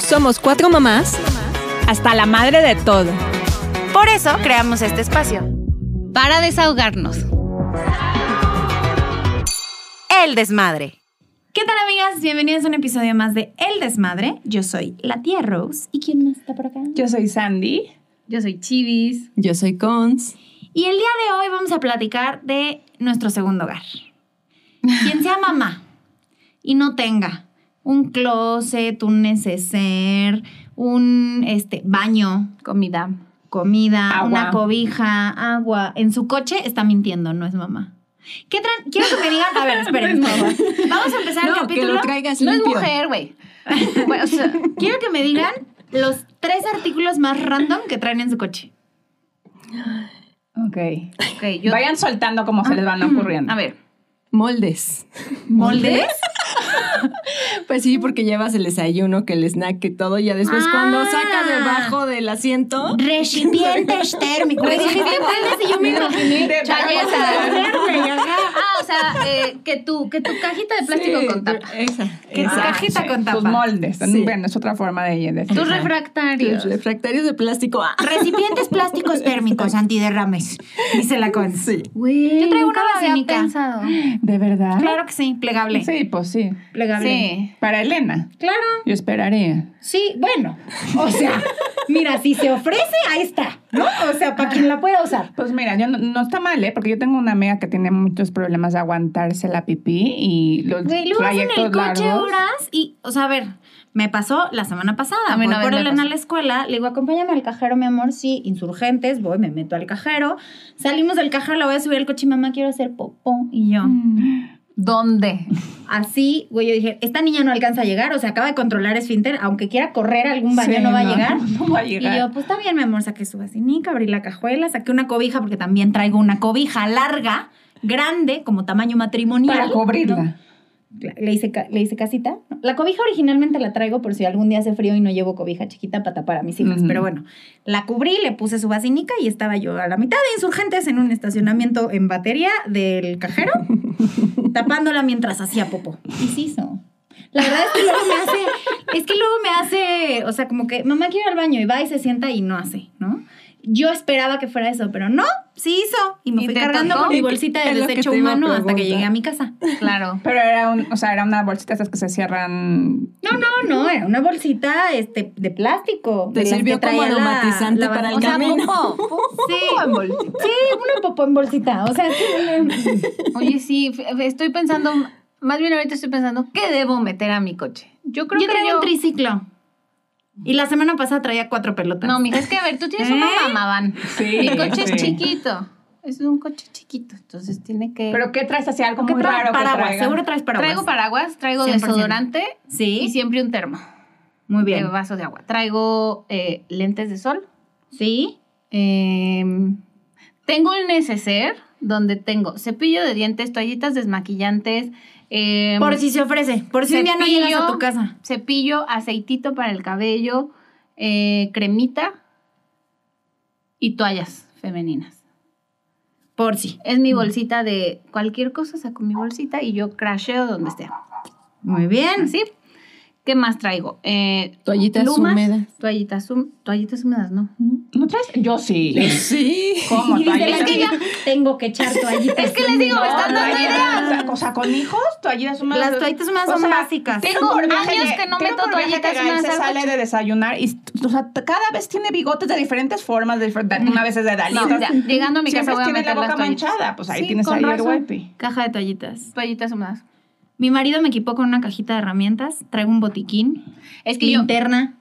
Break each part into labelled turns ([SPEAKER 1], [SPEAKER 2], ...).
[SPEAKER 1] Somos cuatro mamás
[SPEAKER 2] hasta la madre de todo.
[SPEAKER 3] Por eso creamos este espacio,
[SPEAKER 4] para desahogarnos.
[SPEAKER 3] El Desmadre.
[SPEAKER 2] ¿Qué tal, amigas? Bienvenidos a un episodio más de El Desmadre. Yo soy la tía Rose. ¿Y quién más está por acá?
[SPEAKER 5] Yo soy Sandy.
[SPEAKER 4] Yo soy Chivis.
[SPEAKER 1] Yo soy Cons.
[SPEAKER 2] Y el día de hoy vamos a platicar de nuestro segundo hogar. Quien sea mamá y no tenga un closet, un neceser, un este, baño,
[SPEAKER 4] Comida.
[SPEAKER 2] comida,
[SPEAKER 5] Agua.
[SPEAKER 2] una cobija, agua, en su coche, está mintiendo, no es mamá. ¿Qué tran- Quiero que me digan, a ver, esperen,
[SPEAKER 5] No es mamá.
[SPEAKER 2] vamos a empezar el
[SPEAKER 1] No, que
[SPEAKER 2] capítulo.
[SPEAKER 1] lo traigas
[SPEAKER 4] No es
[SPEAKER 1] limpio.
[SPEAKER 4] mujer, güey. Bueno, o sea,
[SPEAKER 2] Quiero que me digan los tres artículos más random que traen en su coche.
[SPEAKER 5] Ok.
[SPEAKER 4] ok, yo. Ah, mm,
[SPEAKER 5] Vayan soltando como se les van ocurriendo.
[SPEAKER 4] A ver.
[SPEAKER 1] Moldes.
[SPEAKER 2] ¿Moldes?
[SPEAKER 1] Pues sí, porque llevas el desayuno, que el snack, que todo. Y ya después cuando
[SPEAKER 2] Ah.
[SPEAKER 1] sacas debajo del asiento...
[SPEAKER 2] Recipientes térmicos. Güey, dijiste moldes y yo me imaginé
[SPEAKER 5] De-
[SPEAKER 4] Chayetas.
[SPEAKER 2] verde, ajá.
[SPEAKER 4] Ah, o sea, eh, que, tu, que tu cajita de plástico
[SPEAKER 1] Sí,
[SPEAKER 4] con tapa.
[SPEAKER 1] Esa.
[SPEAKER 2] Que tu
[SPEAKER 1] esa.
[SPEAKER 2] cajita con tapa.
[SPEAKER 5] Tus moldes.
[SPEAKER 1] Sí.
[SPEAKER 5] Bueno, es otra forma de de
[SPEAKER 4] Tus
[SPEAKER 5] decirlo.
[SPEAKER 4] refractarios.
[SPEAKER 1] Los refractarios de plástico. Ah.
[SPEAKER 2] Recipientes plásticos térmicos antiderrames, dice la con.
[SPEAKER 1] Sí.
[SPEAKER 4] Güey,
[SPEAKER 2] Yo traigo
[SPEAKER 4] nunca
[SPEAKER 2] una
[SPEAKER 4] lo había
[SPEAKER 2] vacinica.
[SPEAKER 4] pensado.
[SPEAKER 5] ¿De verdad?
[SPEAKER 2] Claro que sí, plegable.
[SPEAKER 5] Sí, pues sí.
[SPEAKER 2] Plegable.
[SPEAKER 4] Sí.
[SPEAKER 5] Para Elena.
[SPEAKER 2] Claro.
[SPEAKER 5] Yo esperaría.
[SPEAKER 2] Sí, bueno. O sea, mira, si se ofrece, ahí está, ¿no? O sea, para quien la pueda usar.
[SPEAKER 5] Pues mira, yo no, no está mal, ¿eh? Porque yo tengo una amiga que tiene muchos problemas de aguantarse la pipí y los
[SPEAKER 2] Güey, luego vas en
[SPEAKER 5] trayectos
[SPEAKER 2] el coche
[SPEAKER 5] largos.
[SPEAKER 2] horas y, o sea, a ver, me pasó la semana pasada.
[SPEAKER 4] A mí
[SPEAKER 2] voy
[SPEAKER 4] una
[SPEAKER 2] por
[SPEAKER 4] vez me
[SPEAKER 2] Elena a
[SPEAKER 4] pasó.
[SPEAKER 2] la escuela, le digo, acompáñame al cajero, mi amor, sí, insurgentes, voy, me meto al cajero. Salimos del cajero, la voy a subir al coche y mamá, quiero hacer popó. Y yo,
[SPEAKER 5] Mm.
[SPEAKER 4] ¿Dónde?
[SPEAKER 2] así, güey, yo dije, esta niña no alcanza a llegar, o sea, acaba de controlar esfínter, aunque quiera correr a algún baño
[SPEAKER 5] Sí,
[SPEAKER 2] no va a llegar.
[SPEAKER 5] No va a
[SPEAKER 2] Y
[SPEAKER 5] llegar.
[SPEAKER 2] yo, pues está bien, mi amor, saqué su vacinica, abrí la cajuela, saqué una cobija, porque también traigo una cobija larga, grande, como tamaño matrimonial.
[SPEAKER 5] para cubrirla.
[SPEAKER 2] La- Le hice, ca- le hice casita. La cobija originalmente la traigo por si algún día hace frío y no llevo cobija chiquita para tapar a mis hijas.
[SPEAKER 5] Ujú.
[SPEAKER 2] Pero bueno, la cubrí, le puse su vacinica y estaba yo a la mitad de insurgentes en un estacionamiento en batería del cajero, tapándola mientras hacía popo. Y sí hizo. La verdad es que luego me hace, es que luego me hace, o sea, como que mamá quiere ir al baño y va y se sienta y no hace, ¿no? Yo esperaba que fuera eso, pero no, sí hizo. Y me
[SPEAKER 4] Y
[SPEAKER 2] fui
[SPEAKER 4] te
[SPEAKER 2] cargando
[SPEAKER 4] tocó.
[SPEAKER 2] con mi bolsita
[SPEAKER 1] Es
[SPEAKER 2] de
[SPEAKER 1] lo que
[SPEAKER 2] desecho
[SPEAKER 1] te iba a
[SPEAKER 2] humano hasta que
[SPEAKER 1] preguntar.
[SPEAKER 2] llegué a mi casa.
[SPEAKER 4] Claro.
[SPEAKER 5] Pero era un, o sea, era una bolsita de esas que se cierran.
[SPEAKER 2] No, no, no, era una bolsita este, de plástico.
[SPEAKER 1] Te
[SPEAKER 2] de las
[SPEAKER 1] sirvió
[SPEAKER 2] que traía
[SPEAKER 1] como
[SPEAKER 2] la-
[SPEAKER 1] aromatizante
[SPEAKER 2] la-
[SPEAKER 1] para el
[SPEAKER 4] O sea,
[SPEAKER 1] camino.
[SPEAKER 4] poco.
[SPEAKER 2] Sí, sí, una popó en bolsita. O sea, sí, una-
[SPEAKER 4] Oye, sí, f- f- estoy pensando, más bien ahorita estoy pensando, ¿qué debo meter a mi coche? Yo creo
[SPEAKER 2] yo
[SPEAKER 4] que
[SPEAKER 2] traía
[SPEAKER 4] yo...
[SPEAKER 2] un triciclo. Y la semana pasada traía cuatro pelotas.
[SPEAKER 4] No, mija, es que a ver, tú tienes
[SPEAKER 2] ¿Eh?
[SPEAKER 4] una mamaban.
[SPEAKER 5] Sí,
[SPEAKER 4] Mi coche
[SPEAKER 5] sí.
[SPEAKER 4] es chiquito. Es un coche chiquito, entonces tiene que...
[SPEAKER 5] ¿Pero qué traes así algo
[SPEAKER 2] ¿Qué
[SPEAKER 5] muy
[SPEAKER 2] traes?
[SPEAKER 5] raro que
[SPEAKER 2] paraguas,
[SPEAKER 5] traigan?
[SPEAKER 2] seguro traes paraguas.
[SPEAKER 4] traigo paraguas, traigo
[SPEAKER 2] 100%.
[SPEAKER 4] desodorante y
[SPEAKER 2] Sí,
[SPEAKER 4] siempre un termo
[SPEAKER 2] muy
[SPEAKER 4] de
[SPEAKER 2] bien.
[SPEAKER 4] vaso de agua. Traigo eh, lentes de sol.
[SPEAKER 2] Sí,
[SPEAKER 4] eh, tengo un neceser donde tengo cepillo de dientes, toallitas desmaquillantes, eh,
[SPEAKER 2] por si se ofrece, por si un día no
[SPEAKER 4] Cepillo.
[SPEAKER 2] llegas a tu casa.
[SPEAKER 4] cepillo, aceitito para el cabello, eh, cremita y toallas femeninas.
[SPEAKER 2] Por si.
[SPEAKER 4] Es mi bolsita de cualquier cosa, saco mi bolsita y yo crasheo donde esté.
[SPEAKER 2] Muy bien.
[SPEAKER 4] ¿Sí? ¿Qué más traigo? Eh,
[SPEAKER 1] Toallitas
[SPEAKER 4] plumas,
[SPEAKER 1] húmedas.
[SPEAKER 4] Toallitas, hum- toallitas húmedas, no.
[SPEAKER 5] ¿No traes? Yo sí.
[SPEAKER 1] Sí.
[SPEAKER 5] ¿Cómo?
[SPEAKER 2] Y dice,
[SPEAKER 5] Toallitas-
[SPEAKER 2] es que ya tengo que echar toallitas.
[SPEAKER 4] Es que les digo,
[SPEAKER 5] No,
[SPEAKER 4] me están dando
[SPEAKER 5] toallitas,
[SPEAKER 4] ideas.
[SPEAKER 5] O sea, con hijos, toallitas húmedas.
[SPEAKER 2] Las toallitas húmedas
[SPEAKER 5] O
[SPEAKER 2] son
[SPEAKER 5] sea,
[SPEAKER 2] básicas.
[SPEAKER 4] Tengo
[SPEAKER 5] por viaje
[SPEAKER 4] años
[SPEAKER 5] de-
[SPEAKER 4] que no
[SPEAKER 5] tengo
[SPEAKER 4] meto
[SPEAKER 5] por viaje
[SPEAKER 4] toallitas
[SPEAKER 5] que Gael
[SPEAKER 4] húmedas
[SPEAKER 5] se
[SPEAKER 4] al
[SPEAKER 5] sale
[SPEAKER 4] coche.
[SPEAKER 5] de desayunar y o sea, t- cada vez tiene bigotes de diferentes formas, de, difer- de- una vez es de Dalí.
[SPEAKER 4] No,
[SPEAKER 5] otra-
[SPEAKER 4] ya, llegando a mi
[SPEAKER 5] Siempre
[SPEAKER 4] casa voy a
[SPEAKER 5] tiene la
[SPEAKER 4] meter
[SPEAKER 5] boca
[SPEAKER 4] las toallitas.
[SPEAKER 5] manchada, pues ahí
[SPEAKER 4] Sí,
[SPEAKER 5] tienes
[SPEAKER 4] con
[SPEAKER 5] ahí el
[SPEAKER 4] razón.
[SPEAKER 5] wipi.
[SPEAKER 2] Caja de toallitas.
[SPEAKER 4] Toallitas húmedas.
[SPEAKER 2] Mi marido me equipó con una cajita de herramientas. Traigo un botiquín,
[SPEAKER 4] Es que yo,
[SPEAKER 2] linterna.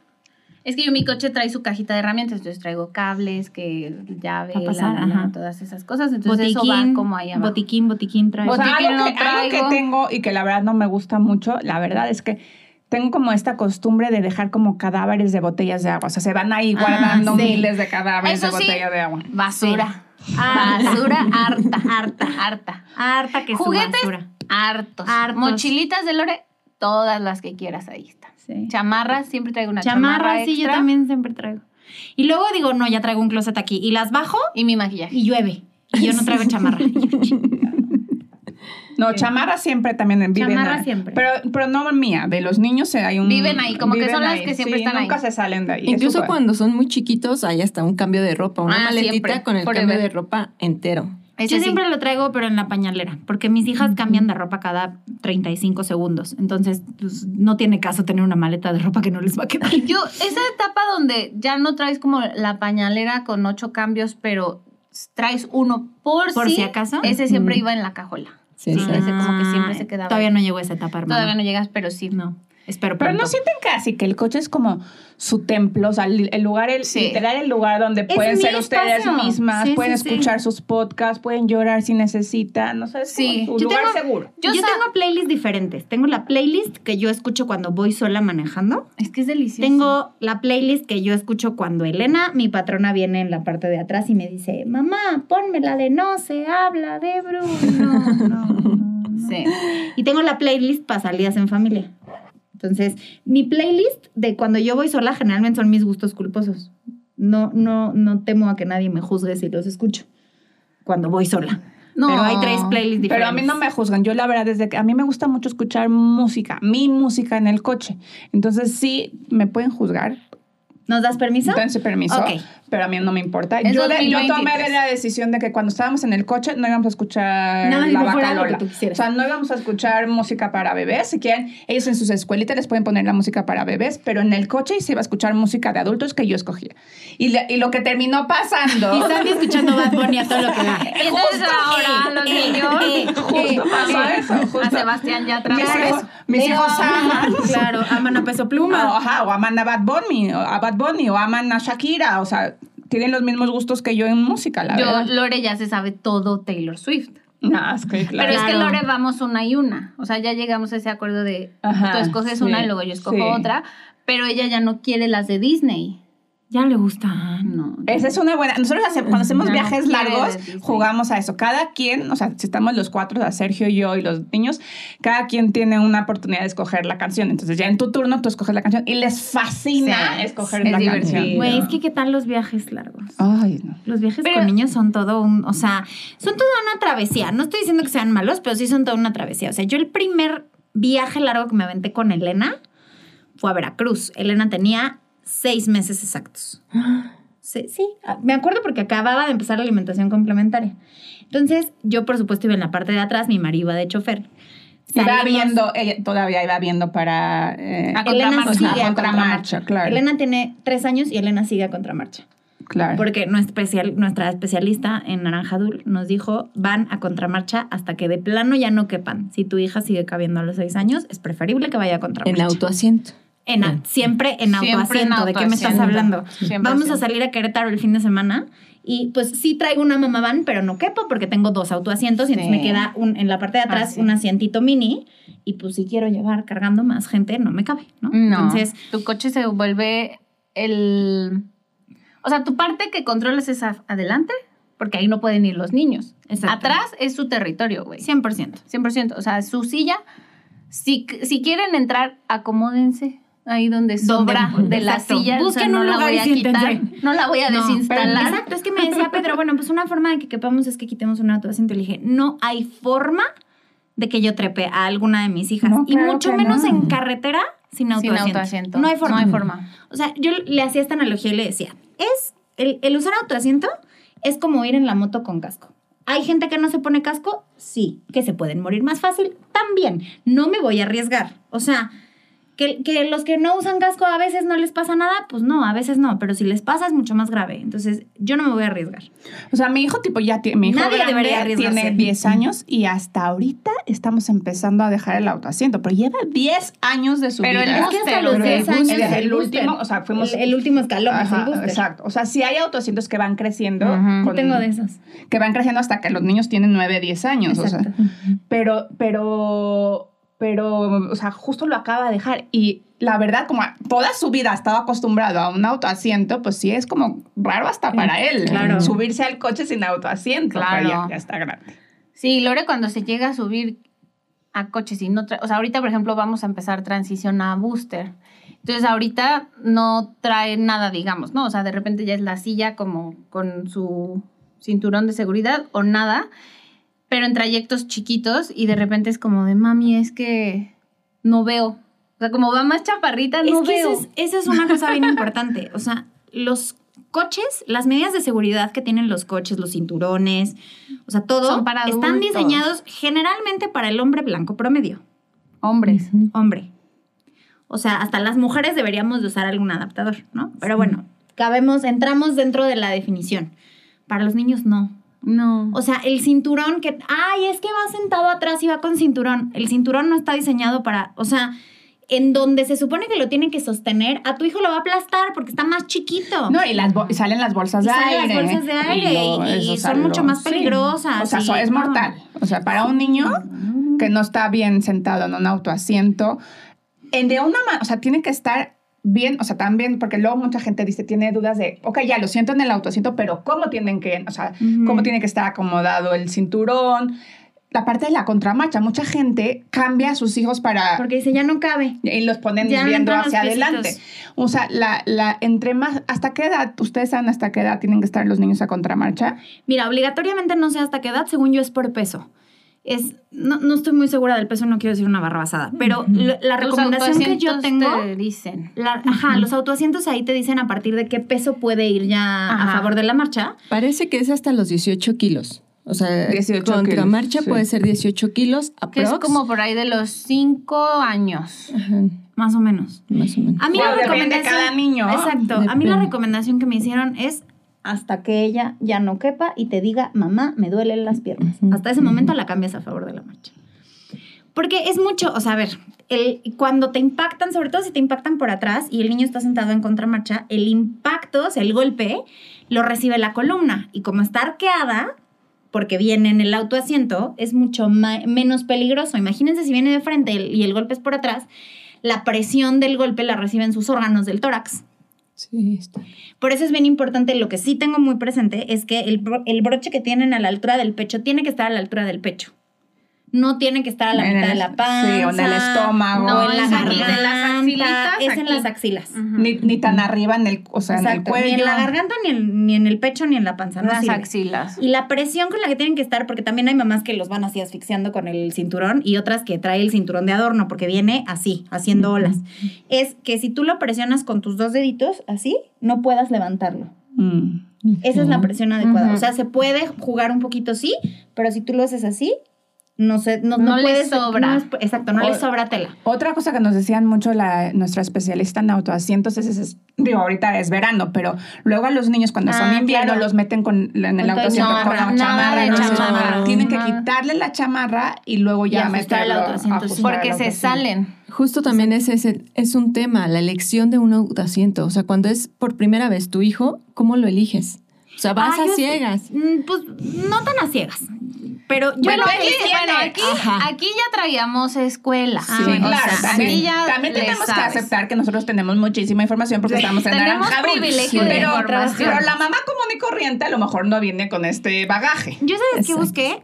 [SPEAKER 4] es que yo mi coche trae su cajita de herramientas, entonces traigo cables, que llave,
[SPEAKER 2] A pasar,
[SPEAKER 4] la- la-
[SPEAKER 2] ajá.
[SPEAKER 4] todas esas cosas, entonces eso va como ahí abajo.
[SPEAKER 2] Botiquín, botiquín, trae.
[SPEAKER 5] O sea,
[SPEAKER 4] Botiquín
[SPEAKER 5] Pues algo,
[SPEAKER 4] no
[SPEAKER 5] que, algo
[SPEAKER 4] traigo.
[SPEAKER 5] que tengo y que la verdad no me gusta mucho, la verdad es que tengo como esta costumbre de dejar como cadáveres de botellas de agua. O sea, se van ahí
[SPEAKER 2] Ah,
[SPEAKER 5] guardando
[SPEAKER 2] sí.
[SPEAKER 5] miles de cadáveres
[SPEAKER 4] Eso
[SPEAKER 5] de
[SPEAKER 4] sí.
[SPEAKER 5] botella de agua.
[SPEAKER 4] Basura.
[SPEAKER 2] Ah.
[SPEAKER 4] Basura harta, harta, harta.
[SPEAKER 2] Harta que su
[SPEAKER 4] Juguetes.
[SPEAKER 2] basura.
[SPEAKER 4] Hartos.
[SPEAKER 2] Hartos.
[SPEAKER 4] Mochilitas de Lore, todas las que quieras, ahí están.
[SPEAKER 2] Sí.
[SPEAKER 4] Chamarras, siempre traigo una chamarra,
[SPEAKER 2] Chamarra, sí, yo
[SPEAKER 4] extra.
[SPEAKER 2] también siempre traigo. Y luego digo, no, ya traigo un closet aquí. Y las bajo
[SPEAKER 4] Y mi maquillaje.
[SPEAKER 2] y llueve. Y yo no traigo chamarra.
[SPEAKER 5] No,
[SPEAKER 4] Sí.
[SPEAKER 5] chamarra siempre también en- viven
[SPEAKER 4] Chamarra
[SPEAKER 5] ahí.
[SPEAKER 4] siempre.
[SPEAKER 5] Pero, pero no mía, de los niños eh, hay un...
[SPEAKER 4] Viven ahí, como que
[SPEAKER 5] viven
[SPEAKER 4] son las que siempre
[SPEAKER 5] sí,
[SPEAKER 4] están ahí.
[SPEAKER 5] nunca se salen de ahí. eso
[SPEAKER 1] Incluso
[SPEAKER 5] fue.
[SPEAKER 1] cuando son muy chiquitos, hay hasta un cambio de ropa, una
[SPEAKER 4] Ah,
[SPEAKER 1] maletita
[SPEAKER 4] siempre,
[SPEAKER 1] con el
[SPEAKER 4] forever.
[SPEAKER 1] cambio de ropa entero.
[SPEAKER 4] Ese
[SPEAKER 2] Yo
[SPEAKER 4] sí.
[SPEAKER 2] siempre lo traigo, pero en la pañalera, porque mis hijas cambian de ropa cada 35 segundos. Entonces, pues, no tiene caso tener una maleta de ropa que no les va a quedar.
[SPEAKER 4] Yo, esa etapa donde ya no traes como la pañalera con ocho cambios, pero traes uno por,
[SPEAKER 2] Por
[SPEAKER 4] sí,
[SPEAKER 2] si acaso.
[SPEAKER 4] Ese siempre
[SPEAKER 1] Mm.
[SPEAKER 4] iba en la cajola.
[SPEAKER 1] Sí,
[SPEAKER 4] Sí,
[SPEAKER 1] exacto.
[SPEAKER 4] ese como que siempre se quedaba
[SPEAKER 2] Ah. Todavía
[SPEAKER 4] ahí.
[SPEAKER 2] no llegó a esa etapa, hermana.
[SPEAKER 4] Todavía no llegas, pero sí. No.
[SPEAKER 2] Espero
[SPEAKER 5] Pero no
[SPEAKER 2] pronto.
[SPEAKER 5] sienten casi que el coche es como su templo, o sea, el, el lugar, el,
[SPEAKER 4] Sí.
[SPEAKER 5] literal el lugar donde
[SPEAKER 2] Es
[SPEAKER 5] pueden
[SPEAKER 2] mi
[SPEAKER 5] ser ustedes
[SPEAKER 2] espacio.
[SPEAKER 5] mismas,
[SPEAKER 2] Sí,
[SPEAKER 5] pueden
[SPEAKER 2] sí, sí.
[SPEAKER 5] escuchar sus podcasts, pueden llorar si necesitan, no sé, es
[SPEAKER 4] Sí.
[SPEAKER 5] como su
[SPEAKER 4] Yo
[SPEAKER 5] lugar
[SPEAKER 4] tengo-
[SPEAKER 5] seguro.
[SPEAKER 4] Yo,
[SPEAKER 2] Yo,
[SPEAKER 4] sa-
[SPEAKER 2] tengo playlists diferentes. Tengo la playlist que yo escucho cuando voy sola manejando.
[SPEAKER 4] Es que es delicioso.
[SPEAKER 2] Tengo la playlist que yo escucho cuando Elena, mi patrona, viene en la parte de atrás y me dice, mamá, ponme la de no se habla de Bruno. No, no, no.
[SPEAKER 4] Sí.
[SPEAKER 2] Y tengo la playlist para salidas en familia. Entonces, mi playlist de cuando yo voy sola generalmente son mis gustos culposos. No, no, no temo a que nadie me juzgue si los escucho cuando voy sola.
[SPEAKER 4] No.
[SPEAKER 2] Pero hay tres playlists diferentes.
[SPEAKER 5] Pero a mí no me juzgan, yo la verdad desde que a mí me gusta mucho escuchar música, mi música en el coche, entonces sí me pueden juzgar,
[SPEAKER 2] ¿Nos das permiso?
[SPEAKER 5] dan su permiso,
[SPEAKER 2] Ok.
[SPEAKER 5] pero a mí no me importa.
[SPEAKER 4] Es
[SPEAKER 5] Yo, de- yo
[SPEAKER 4] 2023.
[SPEAKER 5] tomé la decisión de que cuando estábamos en el coche no íbamos a escuchar
[SPEAKER 2] Nada que
[SPEAKER 5] la
[SPEAKER 2] no fuera lo
[SPEAKER 5] Bacalola.
[SPEAKER 2] que tú
[SPEAKER 5] O
[SPEAKER 2] quisieras.
[SPEAKER 5] sea, no íbamos a escuchar música para bebés. Si quieren, ellos en sus escuelitas les pueden poner la música para bebés, pero en el coche se iba a escuchar música de adultos que yo escogía. Y, la- y lo que terminó
[SPEAKER 2] Y
[SPEAKER 5] pasando.
[SPEAKER 2] Sandy escuchando Bad Bunny a todo lo que da.
[SPEAKER 4] Eso es ahora, los niños.
[SPEAKER 5] justo
[SPEAKER 4] eh,
[SPEAKER 5] pasó eso,
[SPEAKER 4] A
[SPEAKER 5] justo.
[SPEAKER 4] Sebastián ya
[SPEAKER 5] mis hijos,
[SPEAKER 4] traes.
[SPEAKER 5] mis hijos aman.
[SPEAKER 2] Claro, aman a peso pluma.
[SPEAKER 5] O, ajá, o aman a Bad Bunny, o a Bad Bunny, o aman a Shakira. O sea, tienen los mismos gustos que yo en música, la
[SPEAKER 4] Yo,
[SPEAKER 5] verdad.
[SPEAKER 4] Lore ya se sabe todo Taylor Swift.
[SPEAKER 5] No, es que, claro.
[SPEAKER 4] Pero es que
[SPEAKER 2] Claro.
[SPEAKER 4] Lore vamos una y una. O sea, ya llegamos a ese acuerdo de
[SPEAKER 5] Ajá,
[SPEAKER 4] tú escoges
[SPEAKER 5] sí,
[SPEAKER 4] una y luego yo escojo
[SPEAKER 5] sí.
[SPEAKER 4] otra. Pero ella ya no quiere las de Disney.
[SPEAKER 2] Ya le gustan.
[SPEAKER 4] No.
[SPEAKER 5] Esa es una buena. Nosotros hace- cuando hacemos
[SPEAKER 4] Ya no
[SPEAKER 5] viajes
[SPEAKER 4] quiere
[SPEAKER 5] largos,
[SPEAKER 4] de Disney.
[SPEAKER 5] jugamos a eso. Cada quien, o sea, si estamos los cuatro, o sea, Sergio, yo y los niños, cada quien tiene una oportunidad de escoger la canción. Entonces, ya en tu turno tú escoges la canción y les fascina
[SPEAKER 4] Sí,
[SPEAKER 5] escoger
[SPEAKER 4] es
[SPEAKER 5] la
[SPEAKER 4] divertido.
[SPEAKER 5] canción.
[SPEAKER 2] Güey, es que qué tal los viajes largos.
[SPEAKER 5] Ay, no.
[SPEAKER 2] Los viajes
[SPEAKER 4] Pero-
[SPEAKER 2] con niños son todo un, o sea, son toda una travesía. No estoy diciendo que sean malos, pero sí son toda una travesía. O sea, yo el primer viaje largo que me aventé con Elena fue a Veracruz. Elena tenía seis meses exactos. Sí, sí, ah, me acuerdo porque acababa de empezar la alimentación complementaria. Entonces, yo por supuesto iba en la parte de atrás, mi marido iba de chofer.
[SPEAKER 5] Iba
[SPEAKER 2] Salimos-
[SPEAKER 5] viendo, ella todavía iba viendo para. eh,
[SPEAKER 4] A
[SPEAKER 2] Elena
[SPEAKER 4] contramarcha.
[SPEAKER 2] sigue
[SPEAKER 5] Ajá,
[SPEAKER 2] a
[SPEAKER 5] contramarcha,
[SPEAKER 2] contramarcha.
[SPEAKER 5] claro.
[SPEAKER 2] Elena tiene tres años y Elena sigue a contramarcha.
[SPEAKER 5] claro.
[SPEAKER 2] Porque nuestra, especial, nuestra especialista en Naranjadul nos dijo, van a contramarcha hasta que de plano ya no quepan. Si tu hija sigue cabiendo a los seis años, es preferible que vaya a
[SPEAKER 1] En
[SPEAKER 2] contramarcha.
[SPEAKER 1] autoasiento.
[SPEAKER 2] En au- siempre en
[SPEAKER 4] Siempre en
[SPEAKER 2] autoasiento. ¿De qué me estás
[SPEAKER 4] autoasiento.
[SPEAKER 2] hablando?
[SPEAKER 4] Siempre
[SPEAKER 2] Vamos a
[SPEAKER 4] así.
[SPEAKER 2] salir a Querétaro el fin de semana y pues sí traigo una mamá van, pero no quepo porque tengo dos autoasientos y entonces
[SPEAKER 4] Sí.
[SPEAKER 2] me queda un- en la parte de atrás
[SPEAKER 4] Ah, sí.
[SPEAKER 2] un asientito mini y pues si quiero llevar cargando más gente, no me cabe, ¿no?
[SPEAKER 4] No.
[SPEAKER 2] Entonces,
[SPEAKER 4] tu coche se vuelve el. O sea, tu parte que controlas es a- adelante, porque ahí no pueden ir los niños.
[SPEAKER 2] Exacto.
[SPEAKER 4] Atrás es su territorio, güey.
[SPEAKER 2] 100%.
[SPEAKER 4] 100%. O sea, su silla. Si, si quieren entrar, acomódense ahí donde
[SPEAKER 2] Donde-
[SPEAKER 4] sobra de la
[SPEAKER 2] exacto.
[SPEAKER 4] silla.
[SPEAKER 2] Busquen
[SPEAKER 4] no
[SPEAKER 2] un
[SPEAKER 4] la
[SPEAKER 2] lugar
[SPEAKER 4] voy
[SPEAKER 2] y
[SPEAKER 4] a quitar.
[SPEAKER 2] siéntense.
[SPEAKER 4] No la voy a
[SPEAKER 2] No, pero-
[SPEAKER 4] desinstalar.
[SPEAKER 2] exacto, es que me decía Pedro, bueno, pues una forma de que quepamos es que quitemos un autoasiento. Y le dije, no hay forma de que yo trepe a alguna de mis hijas.
[SPEAKER 5] No,
[SPEAKER 2] y
[SPEAKER 5] claro
[SPEAKER 2] mucho
[SPEAKER 5] que
[SPEAKER 2] menos
[SPEAKER 5] no.
[SPEAKER 2] en carretera sin
[SPEAKER 4] Sin
[SPEAKER 2] autoasiento.
[SPEAKER 4] autoasiento.
[SPEAKER 2] No hay forma.
[SPEAKER 4] No hay forma.
[SPEAKER 2] O sea, yo le hacía esta analogía y le decía, es el, el usar autoasiento es como ir en la moto con casco. ¿Hay gente que no se pone casco? Sí. ¿Que se pueden morir más fácil? También. No me voy a arriesgar. O sea, que, que los que no usan casco a veces no les pasa nada, pues no, a veces no. Pero si les pasa es mucho más grave. Entonces, yo no me voy a arriesgar.
[SPEAKER 5] O sea, mi hijo tipo ya tiene, mi hijo
[SPEAKER 2] Nadie
[SPEAKER 5] grande
[SPEAKER 2] debería arriesgarse.
[SPEAKER 5] tiene 10 años y hasta ahorita estamos empezando a dejar el autoasiento, pero lleva 10 años de su
[SPEAKER 4] Pero
[SPEAKER 5] vida.
[SPEAKER 4] el
[SPEAKER 2] Es que hasta
[SPEAKER 4] Booster,
[SPEAKER 2] los
[SPEAKER 4] ¿no?
[SPEAKER 2] 10
[SPEAKER 4] El
[SPEAKER 2] años
[SPEAKER 5] el,
[SPEAKER 2] es
[SPEAKER 5] el
[SPEAKER 2] booster.
[SPEAKER 5] último, o sea, fuimos
[SPEAKER 2] El, el último escalón es el
[SPEAKER 5] Ajá,
[SPEAKER 2] booster.
[SPEAKER 5] exacto. O sea, sí hay autoasientos que van creciendo,
[SPEAKER 4] Ajá.
[SPEAKER 2] Yo
[SPEAKER 5] con-
[SPEAKER 2] tengo de esos.
[SPEAKER 5] que van creciendo hasta que los niños tienen 9, 10 años, o sea,
[SPEAKER 2] Exacto.
[SPEAKER 5] pero pero pero o sea, justo lo acaba de dejar y la verdad como toda su vida ha estado acostumbrado a un autoasiento, pues sí es como raro hasta para él
[SPEAKER 2] claro.
[SPEAKER 5] subirse al coche sin autoasiento,
[SPEAKER 4] Claro.
[SPEAKER 5] pero ya- ya está grande.
[SPEAKER 4] Sí, Lore, cuando se llega a subir a coches y no... tra- O sea, ahorita, por ejemplo, vamos a empezar transición a booster. Entonces, ahorita no trae nada, digamos, ¿no? O sea, de repente ya es la silla como con su cinturón de seguridad o nada. pero en trayectos chiquitos y de repente es como de, mami, es que no veo. O sea, como va más chaparrita, no
[SPEAKER 2] es que
[SPEAKER 4] veo.
[SPEAKER 2] esa es, esa es una cosa bien importante. O sea, los coches, las medidas de seguridad que tienen los coches, los cinturones, o sea, todo,
[SPEAKER 4] Son para
[SPEAKER 2] están
[SPEAKER 4] adultos.
[SPEAKER 2] diseñados generalmente para el hombre blanco promedio,
[SPEAKER 4] Hombres.
[SPEAKER 2] hombre. O sea, hasta las mujeres deberíamos de usar algún adaptador, ¿no? Pero bueno, cabemos, entramos dentro de la definición. Para los niños no.
[SPEAKER 4] No.
[SPEAKER 2] O sea, el cinturón que, ay, es que va sentado atrás y va con cinturón. El cinturón no está diseñado para, o sea, en donde se supone que lo tienen que sostener, a tu hijo lo va a aplastar porque está más chiquito.
[SPEAKER 5] No, y, las bo- y salen las bolsas
[SPEAKER 2] Y
[SPEAKER 5] de
[SPEAKER 2] salen
[SPEAKER 5] aire.
[SPEAKER 2] las bolsas de aire
[SPEAKER 5] no,
[SPEAKER 2] y-
[SPEAKER 5] eso
[SPEAKER 2] y
[SPEAKER 5] es
[SPEAKER 2] son mucho más peligrosas
[SPEAKER 5] O sea,
[SPEAKER 2] y-
[SPEAKER 5] eso es
[SPEAKER 2] no.
[SPEAKER 5] mortal. O sea, para un niño que no está bien sentado en un autoasiento, en de una mano, o sea, tiene que estar bien, o sea, también, porque luego mucha gente dice, tiene dudas de, ok, ya lo siento en el autoasiento, pero ¿cómo tienen que, o sea,
[SPEAKER 2] Ujú.
[SPEAKER 5] cómo tiene que estar acomodado el cinturón? La parte de la contramarcha, mucha gente cambia a sus hijos para
[SPEAKER 2] Porque dice, ya no cabe.
[SPEAKER 5] y los ponen
[SPEAKER 2] Ya no
[SPEAKER 5] viendo
[SPEAKER 2] entran los
[SPEAKER 5] hacia
[SPEAKER 2] piecitos.
[SPEAKER 5] adelante. O sea, la, la, entre más, ¿hasta qué edad? ¿Ustedes saben hasta qué edad tienen que estar los niños a contramarcha?
[SPEAKER 2] Mira, obligatoriamente no sé hasta qué edad, según yo es por peso. Es, no, no estoy muy segura del peso, no quiero decir una barrabasada, pero la, la
[SPEAKER 4] Tus
[SPEAKER 2] recomendación que yo
[SPEAKER 4] autoasientos
[SPEAKER 2] tengo...
[SPEAKER 4] te dicen.
[SPEAKER 2] la- ajá, los autoasientos ahí te dicen a partir de qué peso puede ir ya a
[SPEAKER 4] Ajá.
[SPEAKER 2] favor de la marcha.
[SPEAKER 1] Parece que es hasta los 18 kilos. O sea,
[SPEAKER 5] 18
[SPEAKER 1] contra
[SPEAKER 5] kilos,
[SPEAKER 1] marcha
[SPEAKER 5] sí.
[SPEAKER 1] puede ser 18 kilos,
[SPEAKER 4] Que es
[SPEAKER 1] aprox.
[SPEAKER 4] como por ahí de los cinco años.
[SPEAKER 1] Ajá,
[SPEAKER 2] Más o menos.
[SPEAKER 1] más o menos.
[SPEAKER 2] A mí la
[SPEAKER 5] Bueno, depende
[SPEAKER 2] recomendación.
[SPEAKER 5] de cada niño.
[SPEAKER 2] Exacto. A mí la
[SPEAKER 1] Depende.
[SPEAKER 2] recomendación que me hicieron es hasta que ella ya no quepa y te diga, mamá, me duelen las piernas.
[SPEAKER 1] Ujú,
[SPEAKER 2] Hasta ese momento la cambias a favor de la marcha. Porque es mucho, o sea, a ver, el, cuando te impactan, sobre todo si te impactan por atrás y el niño está sentado en contramarcha, el impacto, o sea, el golpe, lo recibe la columna. Y como está arqueada, porque viene en el autoasiento, es mucho ma- menos peligroso. Imagínense si viene de frente el- y el golpe es por atrás, la presión del golpe la reciben sus órganos del tórax.
[SPEAKER 1] Sí, está.
[SPEAKER 2] Por eso es bien importante, lo que sí tengo muy presente es que el, bro- el broche que tienen a la altura del pecho tiene que estar a la altura del pecho. No tiene que estar a la
[SPEAKER 5] En
[SPEAKER 2] mitad
[SPEAKER 5] el-
[SPEAKER 2] de la panza.
[SPEAKER 5] sí, o en el estómago.
[SPEAKER 2] No, en la
[SPEAKER 4] Es aquí,
[SPEAKER 2] garganta.
[SPEAKER 4] de las axilitas,
[SPEAKER 2] es en
[SPEAKER 4] aquí.
[SPEAKER 2] las axilas.
[SPEAKER 5] Ni, ni tan arriba en el, o sea, en el
[SPEAKER 2] Exacto,
[SPEAKER 5] cuello.
[SPEAKER 2] Ni en la garganta, ni en, ni en el pecho, ni en la panza. No
[SPEAKER 4] las
[SPEAKER 2] sirve.
[SPEAKER 4] axilas.
[SPEAKER 2] Y la presión con la que tienen que estar, porque también hay mamás que los van así asfixiando con el cinturón y otras que trae el cinturón de adorno porque viene así, haciendo olas. Es que si tú lo presionas con tus dos deditos, así, no puedas levantarlo.
[SPEAKER 5] Mm.
[SPEAKER 2] Esa es la presión adecuada.
[SPEAKER 4] Ujú.
[SPEAKER 2] O sea, se puede jugar un poquito, sí, pero si tú lo haces así, no sé, no,
[SPEAKER 4] No le
[SPEAKER 2] puedes-
[SPEAKER 4] sobra.
[SPEAKER 2] no es- exacto, no
[SPEAKER 5] O-
[SPEAKER 2] le sobra tela.
[SPEAKER 5] Otra cosa que nos decían mucho la, nuestra especialista en autoasientos es, es- digo, ahorita es verano, pero luego a los niños cuando son
[SPEAKER 4] Ah,
[SPEAKER 5] invierno
[SPEAKER 4] claro.
[SPEAKER 5] los meten con, en el
[SPEAKER 4] Con
[SPEAKER 5] autoasiento con
[SPEAKER 4] chamarra.
[SPEAKER 5] la
[SPEAKER 4] Nada
[SPEAKER 5] chamarra.
[SPEAKER 4] de
[SPEAKER 5] entonces,
[SPEAKER 4] chamarra.
[SPEAKER 5] Tienen que
[SPEAKER 4] Nada.
[SPEAKER 5] quitarle la chamarra y luego
[SPEAKER 2] Y
[SPEAKER 5] ya
[SPEAKER 2] ajustar el
[SPEAKER 5] meterlo.
[SPEAKER 2] autoasiento, sí.
[SPEAKER 5] ajustar el
[SPEAKER 4] Porque se
[SPEAKER 5] autoasiento.
[SPEAKER 4] salen.
[SPEAKER 1] Justo también ese es, es un tema, la elección de un autoasiento. O sea, cuando es por primera vez tu hijo, ¿cómo lo eliges? O sea, vas
[SPEAKER 2] Ah,
[SPEAKER 1] a
[SPEAKER 2] yo-
[SPEAKER 1] ciegas.
[SPEAKER 2] Mm, Pues no tan a ciegas. Pero yo
[SPEAKER 4] Bueno,
[SPEAKER 2] lo
[SPEAKER 4] aquí,
[SPEAKER 2] hice-
[SPEAKER 4] bueno, aquí,
[SPEAKER 1] Ajá.
[SPEAKER 4] aquí ya traíamos escuela. Ah,
[SPEAKER 2] Sí,
[SPEAKER 5] Sí,
[SPEAKER 4] O
[SPEAKER 5] claro,
[SPEAKER 4] sea,
[SPEAKER 5] también,
[SPEAKER 4] aquí ya
[SPEAKER 5] también
[SPEAKER 4] le
[SPEAKER 5] tenemos que
[SPEAKER 4] sabes.
[SPEAKER 5] aceptar que nosotros tenemos muchísima información porque estamos en
[SPEAKER 4] Tenemos
[SPEAKER 5] Naranjabul.
[SPEAKER 4] privilegio
[SPEAKER 5] Sí.
[SPEAKER 4] de
[SPEAKER 5] pero,
[SPEAKER 4] información.
[SPEAKER 5] pero la mamá común y corriente a lo mejor no viene con este bagaje.
[SPEAKER 2] Yo sabes qué
[SPEAKER 1] Exacto.
[SPEAKER 2] busqué,